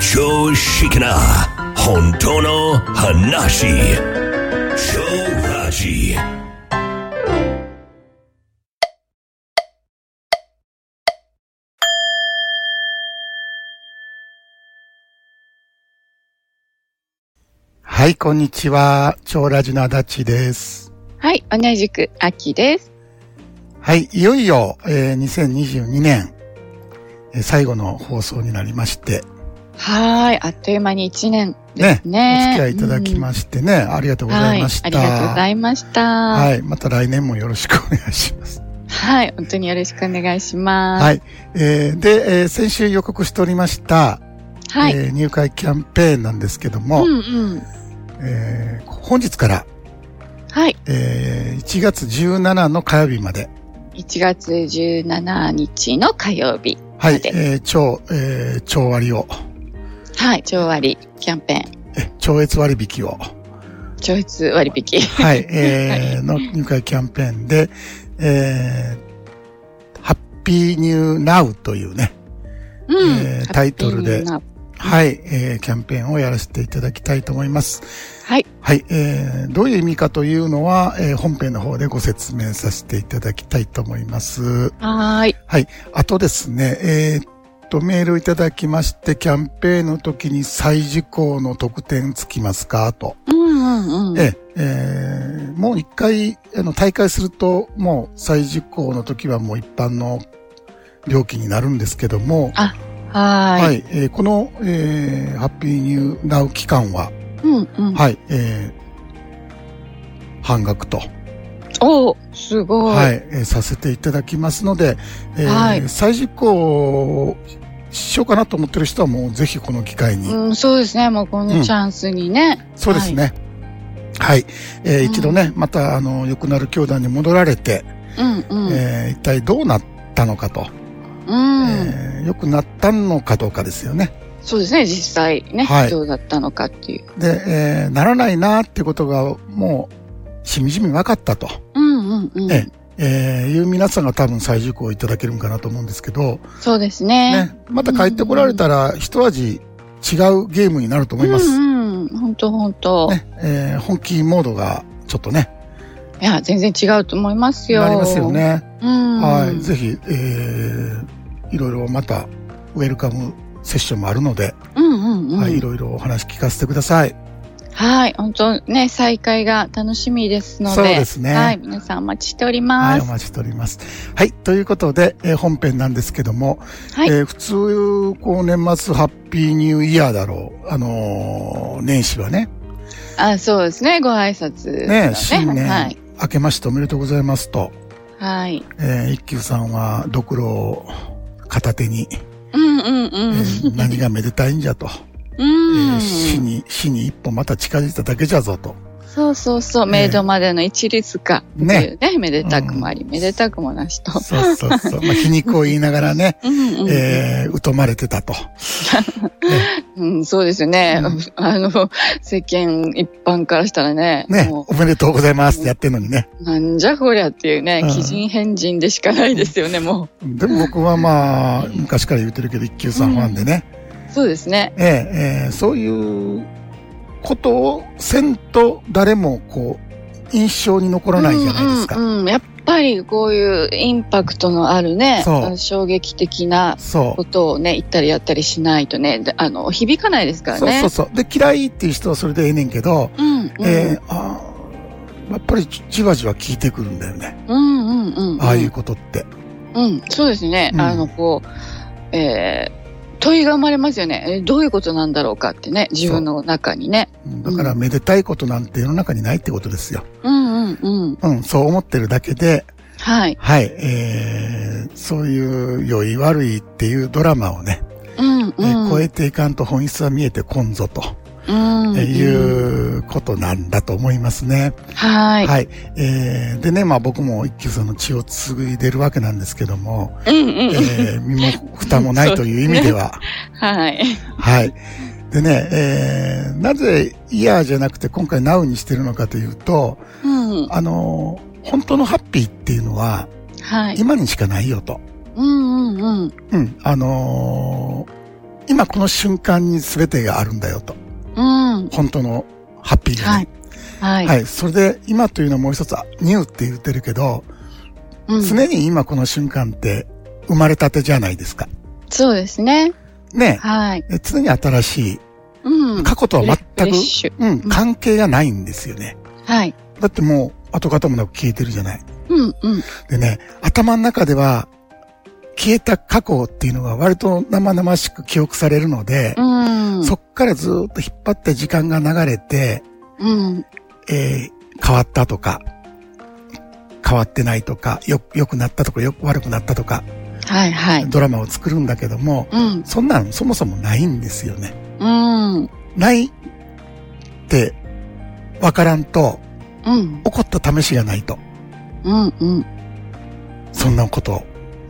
常識な本当の話超ラジはい、こんにちは。超ラジの足立です。はい、同じく秋です。はい、いよいよ、えー2022年、えー最後の放送になりまして、はーい、あっという間に1年でね、すね。お付き合いいただきましてね、ありがとううんございました。はい、ありがとうございました。は、はいい、また来年もよろしくお願いし ます。本当によろしくお願いしまはい、えーで、えー先週予告しておりました、す。はい。えー入会キャンペーンなんですけども、うんうん。えー本日から、はい。えー1月17の火曜日まで、 1月17日の火曜日。はいま、でえー超、えー超割を、はい。超割キャンペーン。え超越割引を、超越割引。はい、えー、の入会キャンペーンで、えー、ハッピーニューナウというね、うん。えータイトルでハッピーニューナウはい、えー、キャンペーンをやらせていただきたいと思います。はい。はい、えー、どういう意味かというのは、えー、本編の方でご説明させていただきたいと思います。はーい。はい、あとですね、えーっと、メールいただきまして、キャンペーンの時に再受講の特典つきますかと。うんうんうん。えええーもう一回、あの、大会すると、もう再受講の時はもう一般の料金になるんですけども、はーい。はい、えーこの、えーハッピーニューナウ期間は、うんうん。はい、えー半額と、おおすごい。。はいい、えーさせていただきますので、えーはい再受講しようかなと思ってる人はもうぜひこの機会に、うん、そうですね。もうこのチャンスにね。そうですね。はい、えー一度ね、また、あの、良くなる教団に戻られて、うんうん。えー一体どうなったのかと、うん。えー良くなったのかどうかですよね。そうですね、実際ね、はいどうだったのかっていう。で、えーならないなってことがもうしみじみ分かったと、うんうんうん。ええーいう皆さんが多分再受講いただけるんかなと思うんですけど、そうですね。ね、また帰ってこられたら一味違うゲームになると思います。うんうん。本当本当。ねえー本気モードがちょっとね、いや、全然違うと思いますよ。なりますよ。ね。うん。はい。ぜひ、えーいろいろまたウェルカムセッションもあるので、うんうんうん。ははい、いい。ろいろお話聞かせてください。本当ね、再会が楽しみですので。そうですねはい。皆さんお待ちしておりはまい、おす。待ちしております。はい、ということで、えー本編なんですけども、はい。えー普通、こう、年末ハッピーニューイヤーだろう。あのー年始はね、あ、そうですね、ご挨拶、ね、新年、はい。明けましておめでとうございますと、はい。えー一休さんは、ドクロを片手に、うんうんうえん。ー何がめでたいんじゃと、え うーん。死に、死に一歩また近づいただけじゃぞと。そうそうそう、メイドまでの一律化っていうね、めでたくもあり、めでたくもなしと。そうそうそう。まあ、皮肉を言いながらね、 うんうんえー疎まれてたと。うん、そうですよね、うんあの、世間一般からしたらね、ね、もおめでとうございますってやってるのにね。う、なんじゃこりゃっていうね、うん鬼人変人でしかないですよね、もでも僕はまあ、昔から言ってるけど、一級さんファンでね、う。そうですね。ええええそういうことをせんと誰もこう、印象に残らないじゃないですか。うんうんうんやっぱりこういうインパクトのあるね、そうあの衝撃的なそことをね、言ったりやったりしないとね、であの、響かないですかう。らそうね。そうそう。で、嫌いっていう人はそれでええねんけど、うん、うん。ええあーやっぱりじじわじわ効いてくるんだよね。うんうんうんうん。ああいうことって。うん、そうですね。うんあの、こう、えー問いが生まれますよね。えどういうことなんだろうかってね、自分の中にね。うんだから、めでたいことなんて世の中にないってことですよ。うんうんうん。うん、そう思ってるだけで、はい。はい、ええそういう良い悪いっていうドラマをね、うんえーうん。超えていかんと本質は見えてこんぞとうんうん、えーいうことなんだと思いますね。はい。はい。えーでね、まあ僕も一級さんの血を継いでるわけなんですけども、うんうんえうん。ー身も蓋もないという意味では、はい。はい。でね、えーなぜイヤーじゃなくて今回ナウにしてるのかというと、うん。あのー本当のハッピーっていうのははい。今にしかないよと。うんうんうん。うん。あのー今この瞬間に全てがあるんだよと。うん。本当のハッピーが、ね。はい。はい。はい。それで、今というのはもう一つ、ニューって言ってるけど、うん、常に今この瞬間って生まれたてじゃないですか。そうですね。ね。はい。え常に新しい、うん。過去とは全フレッく、シュ。うん、関係がないんですよね。はい。だってもう、跡形もなく消えてるじゃない。うん、うん。でね、頭の中では、消えた過去っていうのが割と生々しく記憶されるので、うん。そっからずーっと引っ張って時間が流れて、うん。えー変わったとか、変わってないとか、よ、良くなったとか、よ、悪くなったとか、はい、はい。ドラマを作るんだけども、うん。そんなんそもそもないんですよね。うん。ないって、わからんと、うん。起こった試しがないと。うん。うん。そんなことを。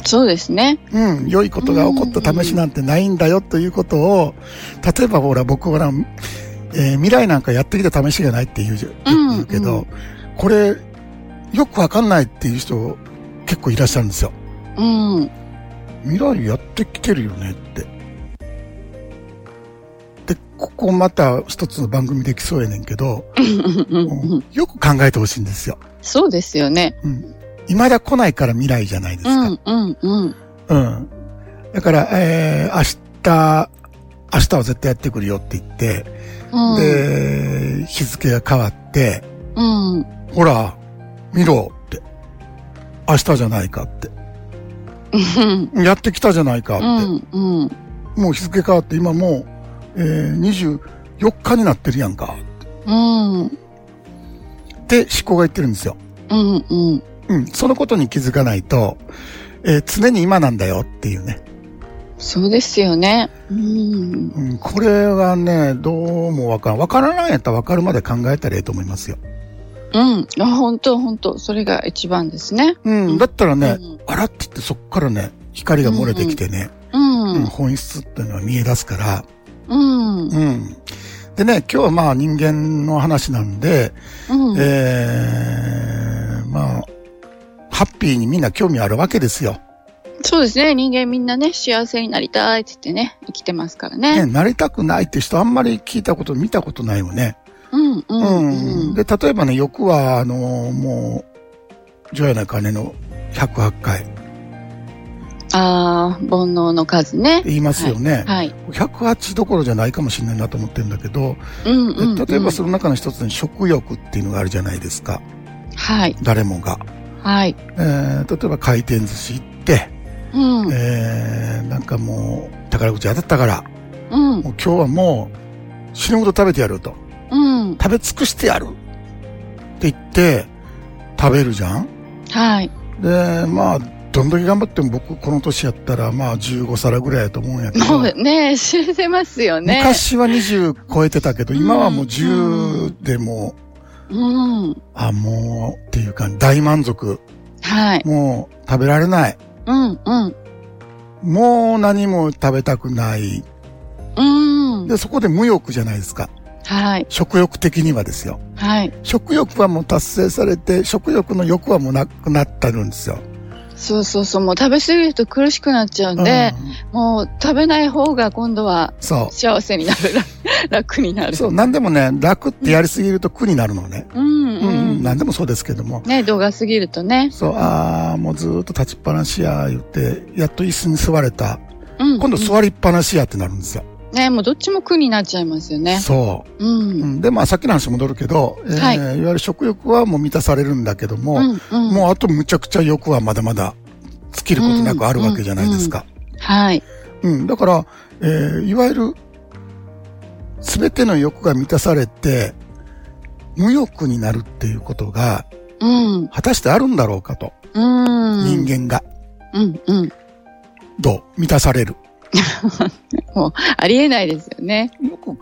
そうですね。うん、良いことが起こった試しなんてないんだよということを、例えばほら、僕はな、えー未来なんかやってきた試しがないって言うじゃうん言うけうどん、これ、よくわかんないっていう人結構いらっしゃるんですよ。うん。未来やってきてるよねって。で、ここまた一つの番組できそうやねんけど、うんよく考えてほしいんですよ。そうですよね。うん。未だ来ないから未来じゃないですうか。ん、うん、うん。うん。だから、えー、明日、明日は絶対やってくるよって言って、うん。で、日付が変わって、うん。ほら、見ろって。明日じゃないかって。うん。やってきたじゃないかうって。ん。うん。もう日付変わって、今もう、えー、24日になってるやんか。うん。って思考が言ってるんですよ。うん。うん。うん。そのことに気づかないと、えー常に今なんだよっていうね。そうですよね。うん。うん。これはね、どうもわからん。わからないやったらわかるまで考えたらええと思いますよ。うん。あ、本当本当それが一番ですね。うん、だったらね、うんあらって言ってそっからね、光が漏れてきてね、ううんん。本質っていうのは見え出すから、うん。うん。でね、今日はまあ人間の話なんで、うん。えー、まあ、ハッピーにみんな興味あるわけですよ。そうですね。人間みんなね、幸せになりたいって言ってね、生きてますからね、ね。なりたくないって人あんまり聞いたこと、見たことないよね。うん、う、うんん。うん。で、例えばね、欲は、あのーもう、ジョヤナカネの108回ってああ、煩悩の数ね。言いますよね。はい。 108どころじゃないかもしれないなと思ってるんだけど、うん、でうん。例えばその。の中の一つに食欲っていうのがあるじゃないですか。はい、誰もが。はい。えー例えば回転寿司行って、うん、うん、えーなんかもう宝くじ当たったから、うんもう今日はもう死ぬほど食べてやると。、うん食べ尽くしてやるって言って、食べるじゃんはい。で、まあ、どんだけ頑張っても僕この年やったらまあ15皿ぐらいやと思うんやけど。もうね、知れてますよね。。昔は20超えてたけど、今はもう10でもううん。あ、もう、っていうか、大満足。はい。もう、食べられない。うん、うん、もう何も食べたくない。うん。で、そこで無欲じゃないですか。はい、食欲的にはですよ。はい。食欲はもう達成されて、食欲の欲はもうなくなってるんですよ。そうそうそう。もう食べ過ぎると苦しくなっちゃうんで、うんもう食べない方が今度はそ幸せになる。楽になう。る。そう、なんでもね、楽ってやりすぎると苦になるのね。う ん、うん、うん。なんでもそうですけども。ね、度が過ぎるとね。そう、あー、もうずーっと立ちっぱなしや、言って、やっと椅子に座れた。うん。今度座りっぱなしやってなるんですよ。ね、もうどっちも苦になっちゃいますよね。そう。う。うんんで、まあ、さっきの話戻るけど、えーはいい、わゆる食欲はもう満たされるんだけども、うん、うん。もうあとむちゃくちゃ欲はまだまだ尽きることなくあるわけじゃないですか。はい。うんだから、えーいわゆる、すべての欲が満たされて、無欲になるっていうことが、うん。果たしてあるんだろうかと。うん。人間が、うん、うん。どう満たされる。ありえないですよね。よく、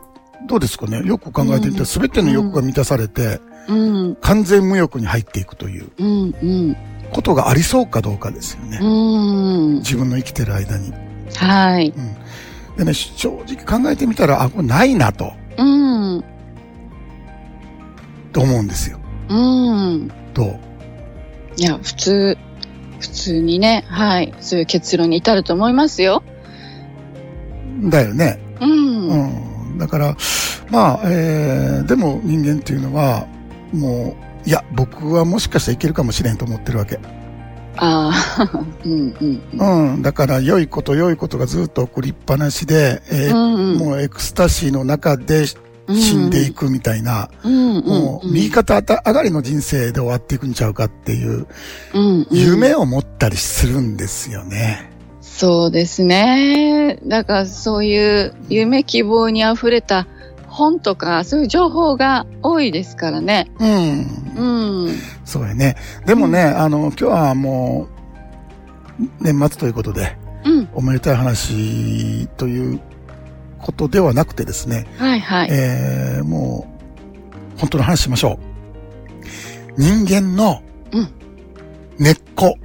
どうですかねよく考えてみうて、すべての欲が満たされて、うん、完全無欲に入っていくといううん、うん。ことがありそうかどうかですよね。うん。自分の生きてる間に。はい。でね、し正直考えてみたら、あ、これないなと、うん。と思うんですよ。うん。どういや、普通、普通にね、はい。そういう結論に至ると思いますよ。だよね。うん。ううん。ん。だから、まあ、えー、でも人間っていうのは、もう、いや、僕はもしかしたらいけるかもしれんと思ってるわけ。ああ、うんうん。うん。だから、良いこと良いことがずっと送りっぱなしで、えーうんもうエクスタシーの中で死んでいくみたいな、うんうん。もう右肩あた上がりの人生で終わっていくんちゃうかっていう、うんうん夢を持ったりするんですよね。そうですね。だからそういう夢希望に溢れた本とかそういう情報が多いですからね。うん。うん。そうやね。でもね、あの、今日はもう、年末ということで、うん。おめでたい話ということではなくてですね、はいはい。えー、もう、本当の話しましょう。人間のうん、根っこ。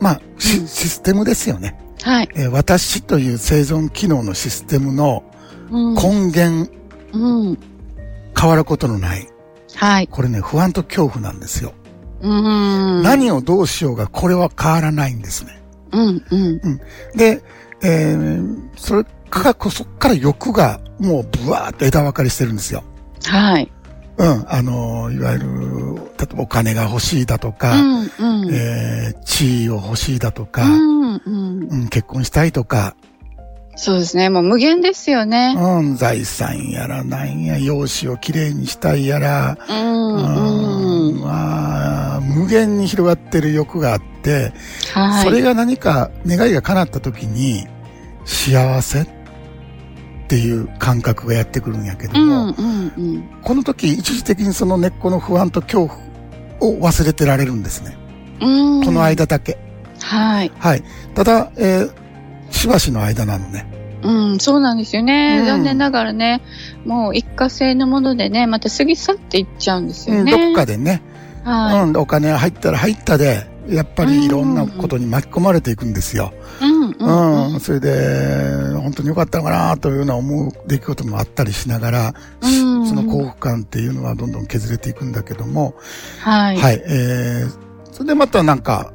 まあ、うシんシステムですよね、はい。えー私という生存機能のシステムのうん。根源、うん。変わることのない。はい。これね、不安と恐怖なんですよ。うん。何をどうしようが、これは変わらないんですね。うんうん。で、えー、それからこ、そっから欲が、もう、ブワーっと枝分かれしてるんですよ。はい。うん、あのー、いわゆる、例えばお金が欲しいだとうか、んうん。えー地位を欲しいだとか、うんうん。うん、結婚したいとか、そうですね。もう無限ですよね。うん、財産やらなんや、容姿をきれいにしたいやら、うんううんん。まあ、無限に広がってる欲があって、はい。それが何か願いが叶った時に、幸せっていう感覚がやってくるんやけどうんも、うんうん。この時一時的にその根っこの不安と恐怖を忘れてられるんですね。うん。この。間だけ。はい。はい。ただ、えーしばしの間なのね。うん、そうなんですようね。ん残念ながらね、もう一過性のものでね、また過ぎ去っていっちゃうんですうよんね。どっかでね、はうん、お金入ったら入ったで、やっぱりいろんなことに巻き込まれていくんですよ。い。うん、ううん、ん、それで、本当に良かったのかなというような思う出来事もあったりしながら、うんその幸福感っていうのはどんどん削れていくんだけども、はい。はい、えー、それでまたなんか、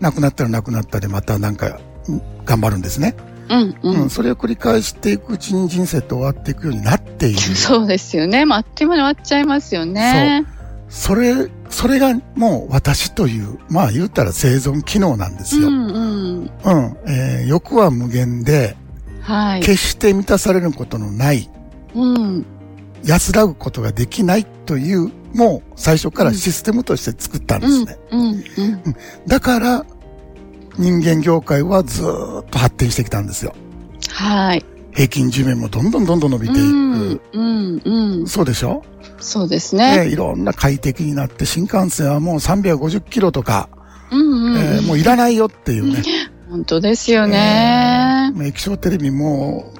亡くなったら亡くなったで、またなんか、うん頑張るんですね。うん、う。うんん、それを繰り返していくうちに人生って終わっていくようになっている。そうですよね。まあ、あっという間に終わっちゃいますよね。それ、それがもう私という、まあ言ったら生存機能なんですよ。うん。ん、うん。えー欲は無限で、はい。決して満たされることのない、うん。安らぐことができないという、もう最初からシステムとして作ったんでうすんね。、うん、うん。だから、人間業界はずーっと発展してきたんですよ。はい。平均寿命もどんどんどんどん伸びていく。うん、うん、うん。そうでしょそうですねね。いろんな快適になって、新幹線はもう350キロとか、うん、うん。えーもういらないよっていうね。本当ですよねえー。もう液晶テレビも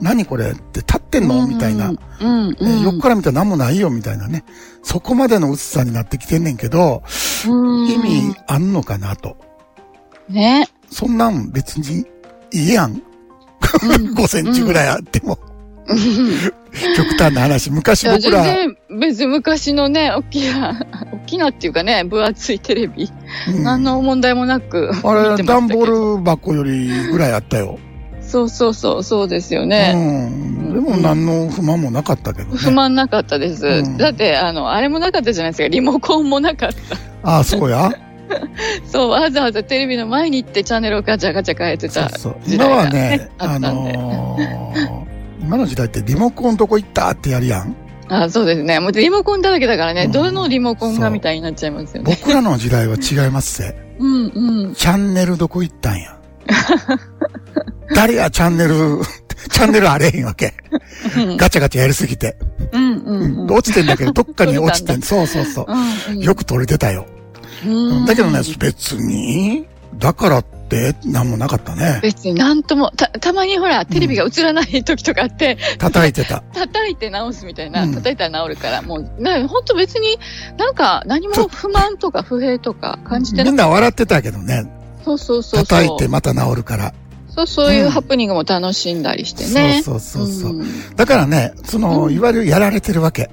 う、何これって立ってんの、みたいな。うん、うん。えー横から見たら何もないよみたいなね。そこまでの薄さになってきてんねんけど、うん意味あんのかなと。ね。そんなん別にいいやん。 うん5センチぐらいあっても、うん極端な話。昔いや僕全ら、然別に昔のね大き な大きなっていうかね分厚いテレビ、うん何の問題もなくあ見れ、てま段したけボどール箱よりぐらいあったよ。そうそうそうそうですよね、うん。でも何の不満もなかったけどね。不満なかったです、うんだってあのあれもなかったじゃないですかリモコンもなかったああ、そうや。そうわざわざテレビの前に行ってチャンネルをガチャガチャ変えてそうたそう。時今代はがね、 ああったんでのー今の時代ってリモコンどこ行ったってやるや ん。あそうですねもうリモコンだらけだからね、うんどのリモコンそがうみたいになっちゃいますよね僕らの時代は違いますぜ。うんうんチャンネルどこ行ったんや。誰やチャンネル、 チャンネルあれへんわけ。ガチャガチャやりすぎて。うんうんうんうん落ちてんだけど、どっかに落ちてん。そうそうそう。うんよく取れてたよ。うんだけどね、別に、だからって、なんもなかったね。別になんとも、た、たまにほら、テレビが映らない時とかあって、叩いてた。叩いて直すみたいな、うん叩いたら治るから、もう、な、ほんと別に、なんか、何ちょも不満とか不平とか感じてみなくんな笑ってたけどね。そうそうそうそう。叩いてまた治るから。そう、そういううんハプニングも楽しんだりしてそうね。そうそうそうう。んだからね、その、うんいわゆるやられてるわけ。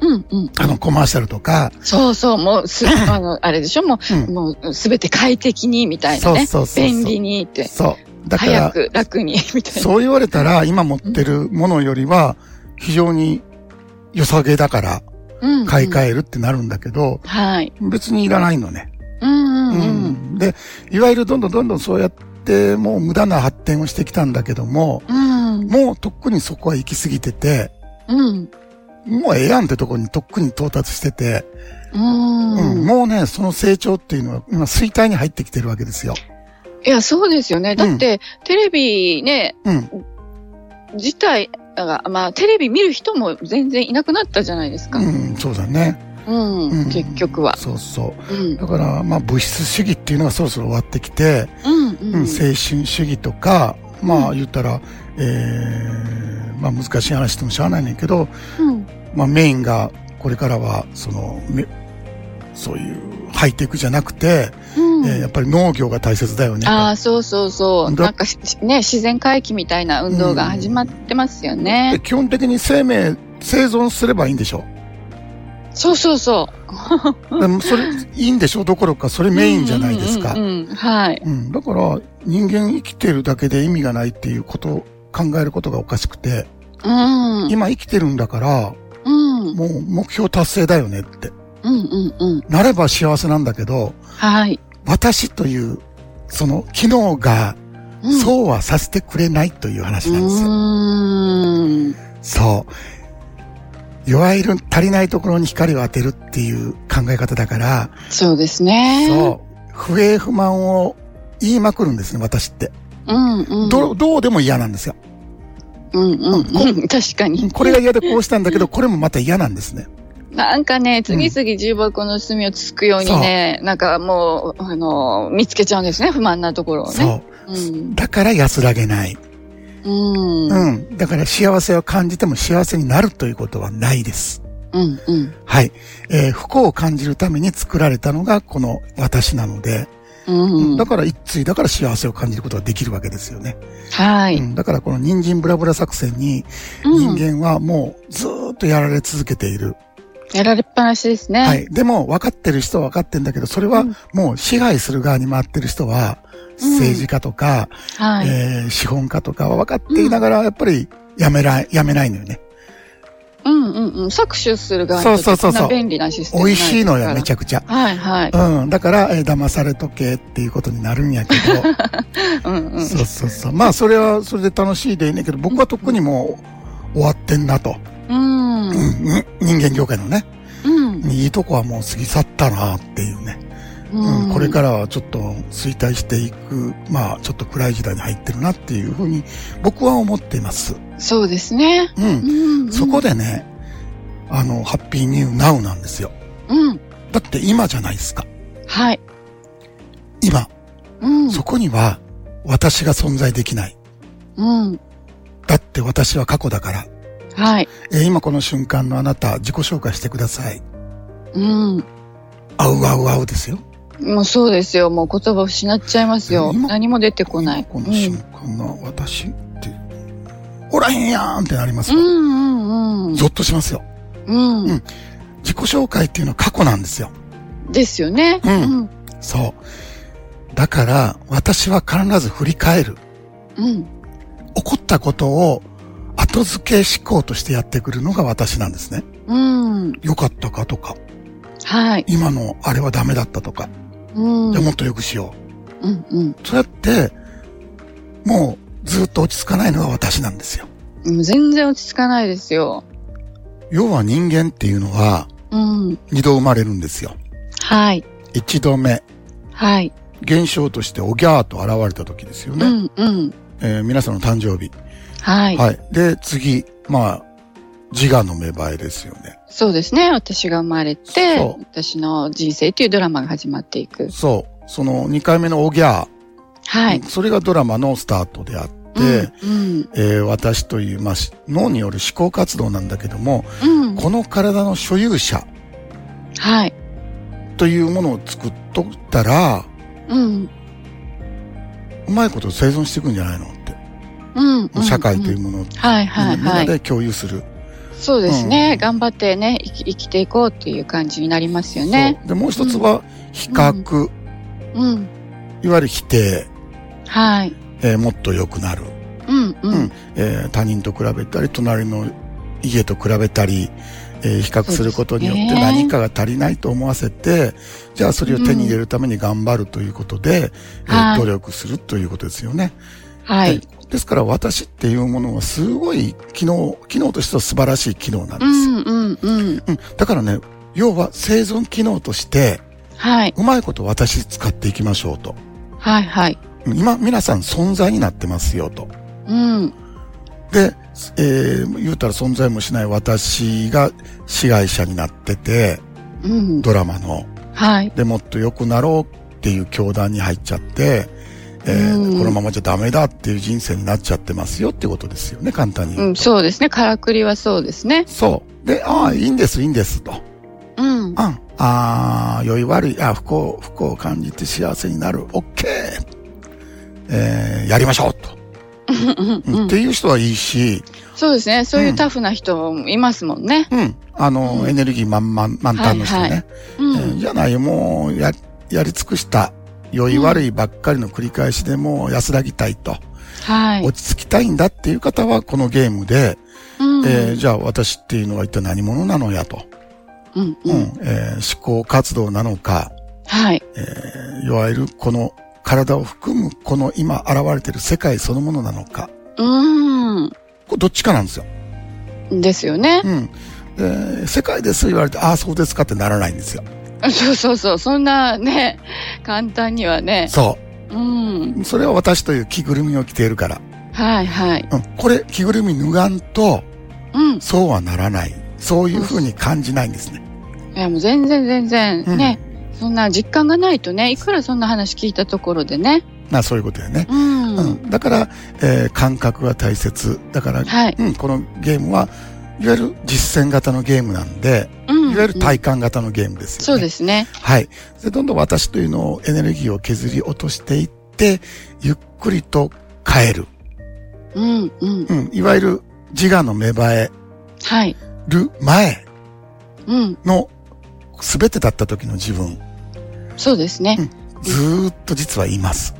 うんうん。あの、コマーシャルとか。そうそう、もう、す、あの、あれでしょ、もうう、ん。もう、すべて快適に、みたいなそうね。そうそうそう。便利にって。そう。だか早ら、く楽に、みたいな。そう言われたら、今持ってるものよりは、非常に良さげだから、うん買い替え。えるってなるんだけど、はい。別にいらないのね。うんううんうん。ん。で、いわゆるどんどんどんどんそうやって、もう無駄な発展をしてきたんだけども、うん。もうとっくにそこは行き過ぎてて、うん。もうええやんってとこにとっくに到達してて、うんうん、もうね、その成長っていうのは今衰退に入ってきてるわけですよ。いや、そうですよね。だって、テレビね、うん。自体が、まあ、テレビ見る人も全然いなくなったじゃないですか。うん、そうだね。うん。うん結局は。そうそう。うん。だから、まあ物質主義っていうのがそろそろ終わってきて、ううん、ん。うん。青春主義とか、まあ言ったら、えー、まあ難しい話してもしゃあないねんけど、うん。まあメインがこれからは、その、めそういうハイテクじゃなくて、うんえーやっぱり農業が大切だよね。ああ、そうそうそう。だなんかし、ね、自然回帰みたいな運動が始まってますよでね。基本的に生命、生存すればいいんでしょそうそうそう。でもそれ、いいんでしょどころか、それメインじゃないですかうん。うんうんうんはい。うん。だから、人間生きてるだけで意味がないっていうことを考えることがおかしくて、うん。うん。今生きてるんだから、うん。もう目標達成だよねって。うん。うん。なれば幸せなんだけど、はい。私という、その機能が、うんそうはさせてくれないという話なんですよ。うーん。そう。いわゆる足りないところに光を当てるっていう考え方だから、そうですね。そう。不平不満を言いまくるんですね、私って。う。うんうん。ど、どうでも嫌なんですよ。うんうんうん。 確かに。これが嫌でこうしたんだけど、これもまた嫌なんですね。なんかね、次々重箱の隅をつくようにね、なんかもう、あの、見つけちゃうんですね、不満なところをね。そう。うん。だから安らげない。うん。う。うんん。だから幸せを感じても幸せになるということはないです。うん。はい。えー不幸を感じるために作られたのがこの私なので、うん。だから一対だから幸せを感じることができるわけですよね。はうい。ん。だからこの人参ブラブラ作戦にうん人間はもうずーっとやられ続けている。やられっぱなしですね。はい。でも、分かってる人は分かってんだけど、それはうんもう支配する側に回ってる人は、うん政治家とか、はい。えー資本家とかは分かっていながら、やっぱり、やめら、やめないのよね。うんうんうん。搾取する側そうそうそうそうにとってこんな便利なシステム。美味しいのよ、めちゃ。ゃくちゃ。はいはい。うん。だから、えー騙されとけっていうことになるんやけうんうど、ん。そうそうそう。まあ、それは、それで楽しいでいいねんけど、僕はとっくにもう、終わってんなと。うん。うんうん人間業界のね、うん。いいとこはもう過ぎ去ったなっていうね。うん、これからはちょっと衰退していく、まあ、ちょっと暗い時代に入ってるなっていうふうに、僕は思っています。そうですね。うん。うんうん。そこでね、あの、ハッピーニューナウなんですよ。うん。だって今じゃないですか。はい。今、うん。そこには、私が存在できない。うん。だって私は過去だから。はい。えー今この瞬間のあなた、自己紹介してください。うん。あうあうあうですよ。もうそうですよ。もう言葉失っちゃいますよ。今何も出てこない。この瞬間の私って、おらへんやーんってなりますうんうよ。んうんゾッとしますよ。うん。ううんん。自己紹介っていうのは過去なんですよ。ですよね。うんうん。そう。だから、私は必ず振り返る。うん。起こったことを、後付け思考としてやってくるのが私なんですね。うん。良かったかとか、はい。今のあれはダメだったとか、うん。うじゃあんもっと良くしようん。う。そうやって、もうずっと落ち着かないのが私なんですよ。もう全然落ち着かないですよ。要は人間っていうのは、うん。二度生まれるんですよ。はい。一度目、はい。現象としておぎゃーと現れた時ですようね。んうん。えー皆さんの誕生日。はい。はい。で、次、まあ、自我の芽生えですよね。そうですね。私が生まれてそう、私の人生っていうドラマが始まっていく。そう。その2回目のオギャー、はい。それがドラマのスタートであって、うん、えー私という、まあ、し脳による思考活動なんだけども、うん。うん。この体の所有者はい。というものを作っとったら、うん。うまいこと生存していくんじゃないのって。うん。うん社会という。ものをみんんはいなはいみんなはい。で共有する。そうですね。うん頑張ってね生き、生きていこうっていう感じになりますよね。そうで、もう一つは、比較、うん。いわゆる否定。はい。えーもっと良くなる、うんううんんえー他人と比べたり隣の家と比べたり、えー比較することによっそうでてすね何かが足りないと思わせて、じゃあそれを手に入れるために頑張るということで、えーはい努力するということですよね。はいですから私っていうものはすごい機能、機能としては素晴らしい機能なんでうす。んうんうんうん、だからね、要は生存機能として、はいうまいこと私使っていきましょうと。はいはいうん今、皆さん存在になってますよと。うんで、えー言うたら存在もしない私が被害者になってて、うんドラマの。はいで、もっと良くなろうっていう教団に入っちゃって、えーうんこのままじゃダメだっていう人生になっちゃってますよってことですよね、簡単にう言うと。んそうですねからくりはそうですねそう。で、ああ、いいんです、いいんです、と。うんあん、ああ、良い悪い、あ不幸、不幸を感じて幸せになる、オッケーえー、やりましょう、 と。うんっていう人はいいし、そうですねそういうタフな人もいますもんねうん、あの、エネルギー満々、満タンの人ね。はいはうんえーじゃないよ、もう、や、やり尽くした、良い悪いばっかりの繰り返しでもう安らぎたいと、はい落ち着きたいんだっていう方は、このゲームで、うんえーじゃあ私っていうのは一体何者なのやと。うんう、うんんえー思考活動なのか、はいいわゆるこの体を含むこの今現れてる世界そのものなのか、うこれどっちかなんですよ。んですよね うん。えー世界です言われて、ああ、そうですかってならないんですよ。そうそうそうそんなね簡単にはねそうんう。それは私という着ぐるみを着ているから。はいはいうん。これ、着ぐるみ脱がんと、うんそうはならない。そういう風に感じないんですね。いやもう全然全う然んね、そんな実感がないとねいくらそんな話聞いたところでねまあ、そういうことやね。うん、うん。だから、えー感覚が大切。だから、はいうん、このゲームは、いわゆる実践型のゲームなんで、うんいわゆる体感型のゲームですよね。そうですねはい。で、どんどん私というのをエネルギーを削り落としていって、ゆっくりと変える。うんうんうん。いわゆる自我の芽生えはいる前うんの全てだった時の自分、そうですね、ずーっと実はいます。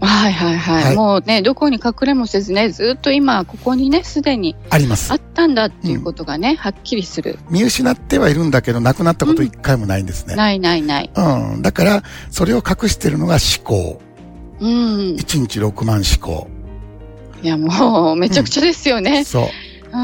はいはいはい、はいもうねどこに隠れもせずねずっと今ここにねすでにありますあ。ったんだっていうことがね、はっきりする見失ってはいるんだけど、なくなったこと一回もないんですね。ないないないうん。だから、それを隠してるのが思考。うん1日6万思考。いやもうめちゃくちゃですよね、そう。う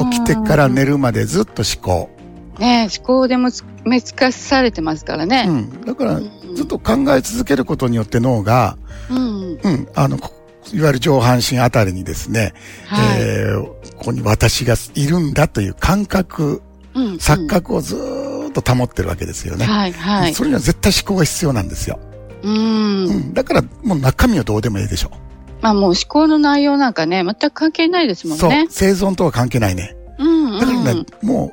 ん起きてから寝るまでずっと思考。ね思考でもつ目つかされてますからうね、ん。だからう、んずっと考え続けることによって脳が、うんうん、あの、こいわゆる上半身あたりにですね、はい、えーここに私がいるんだという感覚、うんうん錯覚をずーっと保ってるわけですよね。はいはい。それには絶対思考が必要なんですよ。うー。うんん、だからもう中身はどうでもいいでしょまあもう思考の内容なんかね、全く関係ないですう。もんそうね。。生存とは関係ないね。うんうん。だからね、も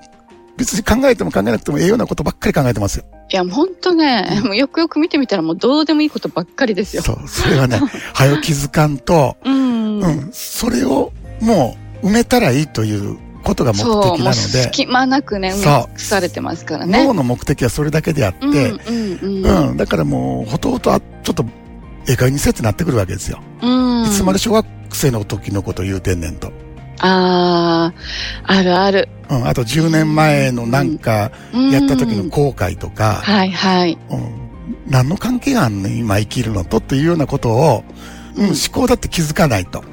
う別に考えても考えなくても栄養なことばっかり考えてますよ。いや、もうほんとね、もうよくよく見てみたらもうどうでもいいことばっかりですよ。そう。それ はね、早気づかんと、う。うんん、それをもう埋めたらいいということが目そう、的もなうので、隙間なくね、そう埋め尽くされてますからね脳。の目的はそれだけであって、うんうんうん。うん、だからもう、ほとほと、あちょっと、ええ加減にせえってなってくるわけですよ。うん。いつまで小学生の時のこと言うてんねんと。ああ、あるある。うん、あと10年前のなんか、うんやった時の後悔とか、はいはい。うん、何の関係があんねん、今生きるのとっていうようなことを、うん、うん思考だって気づかないと。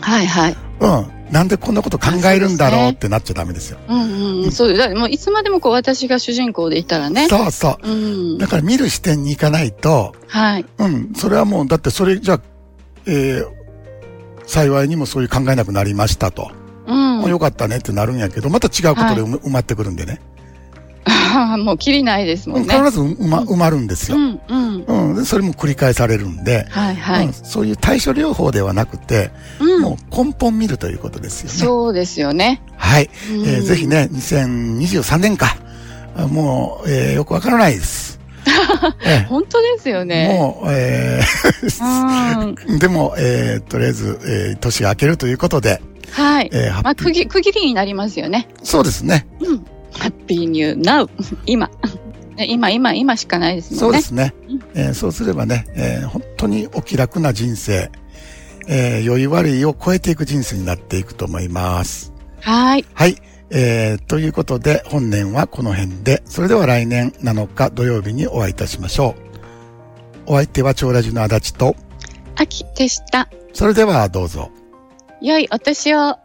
はいはい。うん、なんでこんなこと考えるんだろうってなっちゃダメですよ。うんうん。そうです。だってもういつまでもこう私が主人公でいたらね。そうそう。うんだ。から見る視点に行かないと、はい。うん、それはもう、だってそれじゃ、えー幸いにもそういう考えなくなりましたと。うん。よかったねってなるんやけど、また違うことで埋,、まってくるんでね。ああ、 もう切りないですもうんんね。必ず埋ま埋まるんですうよ、んうん。うんでそれも繰り返されるんで、はいはうんい。そういう対処療法ではなくて、うん。もう根本見るということですよね。そうですよね。はい、うんえーぜひね、2023年か。あもう、えーよくわからない です。え本当ですよえね。もう、えうん。 はー でも、えーとりあえず、えー年が明けるということで、い。えーハまッあ、ピー区切区切りになりますよね。そうですね。うん。ハッピーニューナウ。 今。ね今、今、今しかないですそうんもでね。すね。えーそうすればね、えー本当にお気楽な人生、えー良い悪いを超えていく人生になっていくと思います。はい。はい。えーということで、本年はこの辺で、それでは来年7日土曜日にお会いいたしましょう。お相手は長ラジの足立と、秋でした。それではどうぞ。良いお年を。